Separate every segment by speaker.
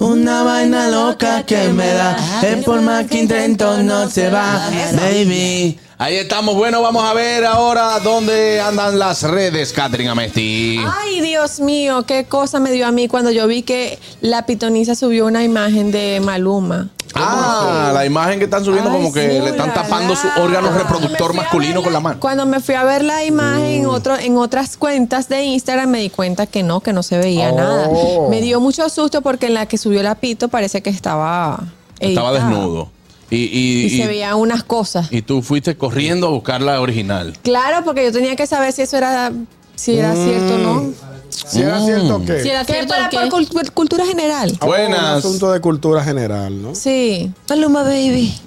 Speaker 1: Una vaina loca que me da. Es por más que intento, no se va. Baby.
Speaker 2: Ahí estamos. Bueno, vamos a ver ahora dónde andan las redes, Catherine Amesti.
Speaker 3: Ay, Dios mío, qué cosa me dio a mí cuando yo vi que la pitonisa subió una imagen de Maluma.
Speaker 2: Ah, la imagen que están subiendo
Speaker 3: Ay,
Speaker 2: como que
Speaker 3: sí,
Speaker 2: le están
Speaker 3: la,
Speaker 2: tapando
Speaker 3: la.
Speaker 2: su órgano
Speaker 3: Cuando me
Speaker 2: reproductor
Speaker 3: fui a
Speaker 2: masculino
Speaker 3: ver
Speaker 2: con la
Speaker 3: la-
Speaker 2: mano. Mm.
Speaker 3: Cuando me fui a ver la imagen en, otro, en otras cuentas de Instagram, me di cuenta que no, que no se veía
Speaker 2: Oh.
Speaker 3: nada. Me dio mucho susto porque en la que subió la pito parece que estaba.
Speaker 2: Estaba
Speaker 3: editada.
Speaker 2: desnudo. Y, y-
Speaker 3: Y,
Speaker 2: y-
Speaker 3: se veían unas cosas.
Speaker 2: y tú fuiste corriendo a buscar la original.
Speaker 3: Claro, porque yo tenía que saber si eso era, si era cierto o
Speaker 2: Mm.
Speaker 3: no.
Speaker 4: Si era cierto que.
Speaker 5: Si era
Speaker 3: Que
Speaker 5: cierto
Speaker 3: para
Speaker 5: que
Speaker 3: por cul- cultura general.
Speaker 4: Ah, bueno, Un
Speaker 2: Buenas.
Speaker 4: asunto de cultura general, ¿no?
Speaker 3: Sí. Maluma Baby.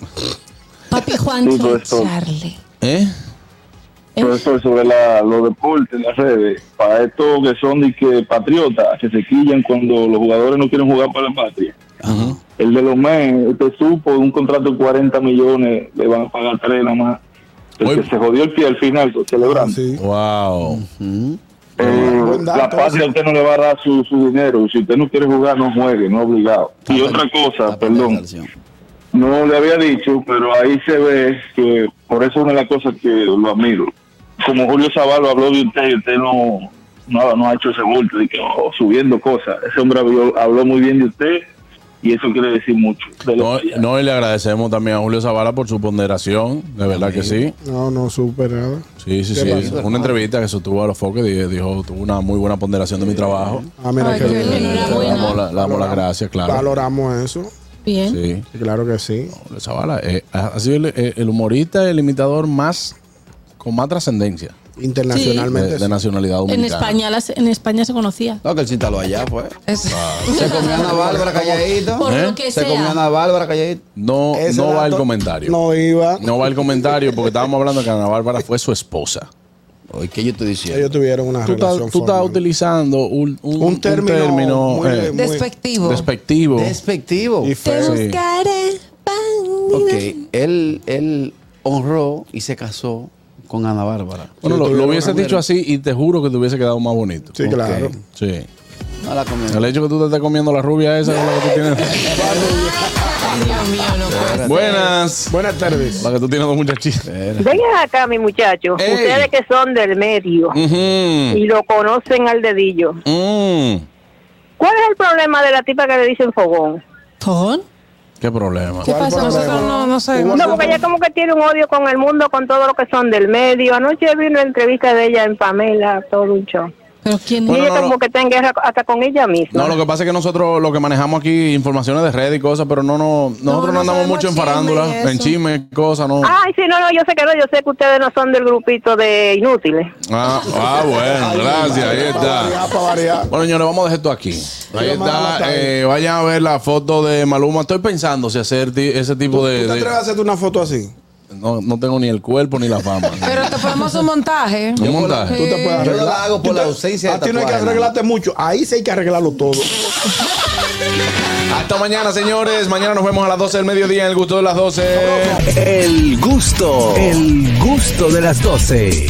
Speaker 5: Papi Juancho,
Speaker 6: Todo esto.
Speaker 5: Charlie.
Speaker 2: ¿Eh?
Speaker 6: Profesor, sobre la- los deportes, las redes, para estos que son de que patriotas, que se quillan cuando los jugadores no quieren jugar para la patria. El de los men, usted supo, un contrato de 40 millones, le van a pagar 3 nada más. El
Speaker 2: Oye.
Speaker 6: que se jodió el pie al final, pues, celebrando.
Speaker 4: Sí.
Speaker 2: Wow.
Speaker 6: Eh,
Speaker 4: Buen dato
Speaker 6: la patria
Speaker 4: ese.
Speaker 6: usted no le va a dar su, su dinero. Si usted no quiere jugar, no juegue, no es obligado. Y otra cosa, perdón, no le había dicho, pero ahí se ve que por eso una de las cosas que lo admiro. Como Julio Zavalo habló de usted y usted no, no, no ha hecho ese bulto, de que, oh, subiendo cosas. Ese hombre habló, habló muy bien de usted y eso quiere decir mucho. De lo
Speaker 2: No,
Speaker 6: que-
Speaker 2: no, y le agradecemos también a Julio Zavala por su ponderación. De verdad que sí.
Speaker 4: No, no ¿eh? supe nada.
Speaker 2: Sí, sí,
Speaker 4: Qué
Speaker 2: sí.
Speaker 4: bárbaro.
Speaker 2: Una entrevista que sostuvo a los foques y dijo, tuvo una muy buena ponderación de mi trabajo.
Speaker 4: Ah, mira
Speaker 3: Ay,
Speaker 4: que
Speaker 3: qué
Speaker 4: bien.
Speaker 3: lindo.
Speaker 2: Le damos la- le damos las
Speaker 4: Valoramos-
Speaker 2: gracias, claro.
Speaker 4: Valoramos eso.
Speaker 3: Bien.
Speaker 2: Sí.
Speaker 4: Sí, Claro que sí.
Speaker 2: Julio Zavala eh, ha ha sido el, eh, el humorista, el imitador más con más trascendencia de,
Speaker 4: Internacionalmente.
Speaker 2: de nacionalidad
Speaker 5: En
Speaker 2: dominicana.
Speaker 5: España, las- en España se conocía.
Speaker 7: No, que el cítalo allá fue.
Speaker 3: Es- Ah.
Speaker 7: Se comió a Ana Bárbara calladito.
Speaker 5: Por
Speaker 2: ¿Eh?
Speaker 5: lo que
Speaker 7: Se comió a
Speaker 5: sea.
Speaker 7: Ana Bárbara calladito.
Speaker 2: No,
Speaker 4: Ese
Speaker 2: no va el
Speaker 4: dato
Speaker 2: comentario. No.
Speaker 4: No iba.
Speaker 2: va el comentario porque estábamos hablando que Ana Bárbara fue su esposa.
Speaker 7: Oye, ¿qué yo estoy diciendo?
Speaker 4: Ellos tuvieron una
Speaker 2: Tú estás,
Speaker 4: relación.
Speaker 2: tú estás
Speaker 4: formal.
Speaker 2: utilizando un, un-
Speaker 4: Un
Speaker 2: un
Speaker 4: término muy-
Speaker 2: eh,
Speaker 4: muy-
Speaker 8: Despectivo.
Speaker 2: despectivo.
Speaker 7: Despectivo.
Speaker 4: Y
Speaker 3: Te
Speaker 4: feo.
Speaker 3: buscaré, bandido.
Speaker 7: Ok, él, él honró y se casó con Ana Bárbara.
Speaker 2: Bueno, lo,
Speaker 4: Sí,
Speaker 2: lo
Speaker 4: tuvieron
Speaker 2: hubiese
Speaker 4: una
Speaker 2: dicho así y te juro que te hubiese quedado más bonito.
Speaker 4: Sí, claro.
Speaker 2: Sí.
Speaker 7: No la comió.
Speaker 2: El hecho que tú te estés comiendo la rubia esa con la que tú tienes.
Speaker 3: Dios mío, no puede ser.
Speaker 2: Buenas.
Speaker 4: Buenas tardes.
Speaker 2: La que tú tienes dos muchachitos.
Speaker 9: Vengan acá, mis muchachos,
Speaker 2: Ey. Mm.
Speaker 9: ustedes que son del medio
Speaker 2: Ujú.
Speaker 9: y lo conocen al dedillo.
Speaker 2: Mm.
Speaker 9: ¿Cuál es el problema de la tipa que le dicen fogón?
Speaker 5: ¿Con?
Speaker 2: ¿Qué problema?
Speaker 3: ¿Qué
Speaker 4: ¿Cuál
Speaker 3: pasó?
Speaker 4: problema?
Speaker 3: Nosotros no, no sabemos.
Speaker 9: No, porque ella como que tiene un odio con el mundo, con todos los que son del medio. Anoche vi una entrevista de ella en Pamela, todo un show.
Speaker 5: Pero quién
Speaker 9: y
Speaker 2: Bueno,
Speaker 9: ella
Speaker 2: no,
Speaker 9: como
Speaker 2: no.
Speaker 9: que está en guerra hasta con ella misma.
Speaker 2: No, lo que pasa es que nosotros lo que manejamos aquí, informaciones de red y cosas, pero no, no, nosotros no,
Speaker 3: No, no
Speaker 2: andamos
Speaker 3: sabemos
Speaker 2: mucho en
Speaker 3: chisme y
Speaker 2: farándula,
Speaker 3: eso.
Speaker 2: en chisme, cosas, no.
Speaker 9: Ay, sí, no, no, yo sé que no, yo sé que ustedes no son del grupito de inútiles.
Speaker 2: Ah, ah, bueno, gracias, ahí
Speaker 4: Para variar,
Speaker 2: está.
Speaker 4: para variar.
Speaker 2: Bueno, señores, vamos a dejar esto aquí. Ahí
Speaker 4: Yo mando
Speaker 2: está.
Speaker 4: hasta ahí.
Speaker 2: eh, vayan a ver la foto de Maluma. Estoy pensando si hacer ti- ese tipo
Speaker 4: ¿Tú
Speaker 2: de.
Speaker 4: te
Speaker 2: de-
Speaker 4: atreves a hacerte una foto así?
Speaker 2: no, no tengo ni el cuerpo ni la fama.
Speaker 8: Pero te ponemos un montaje.
Speaker 2: Un montaje.
Speaker 4: Tú te puedes
Speaker 7: Yo
Speaker 4: arreglar.
Speaker 7: no la hago por la ausencia de
Speaker 4: A ti no hay que
Speaker 7: tatuaje,
Speaker 4: arreglarte mucho. Ahí sí hay que arreglarlo todo.
Speaker 2: Hasta mañana, señores. Mañana nos vemos a las 12 del mediodía en el gusto de las 12.
Speaker 10: El gusto, el gusto de las 12.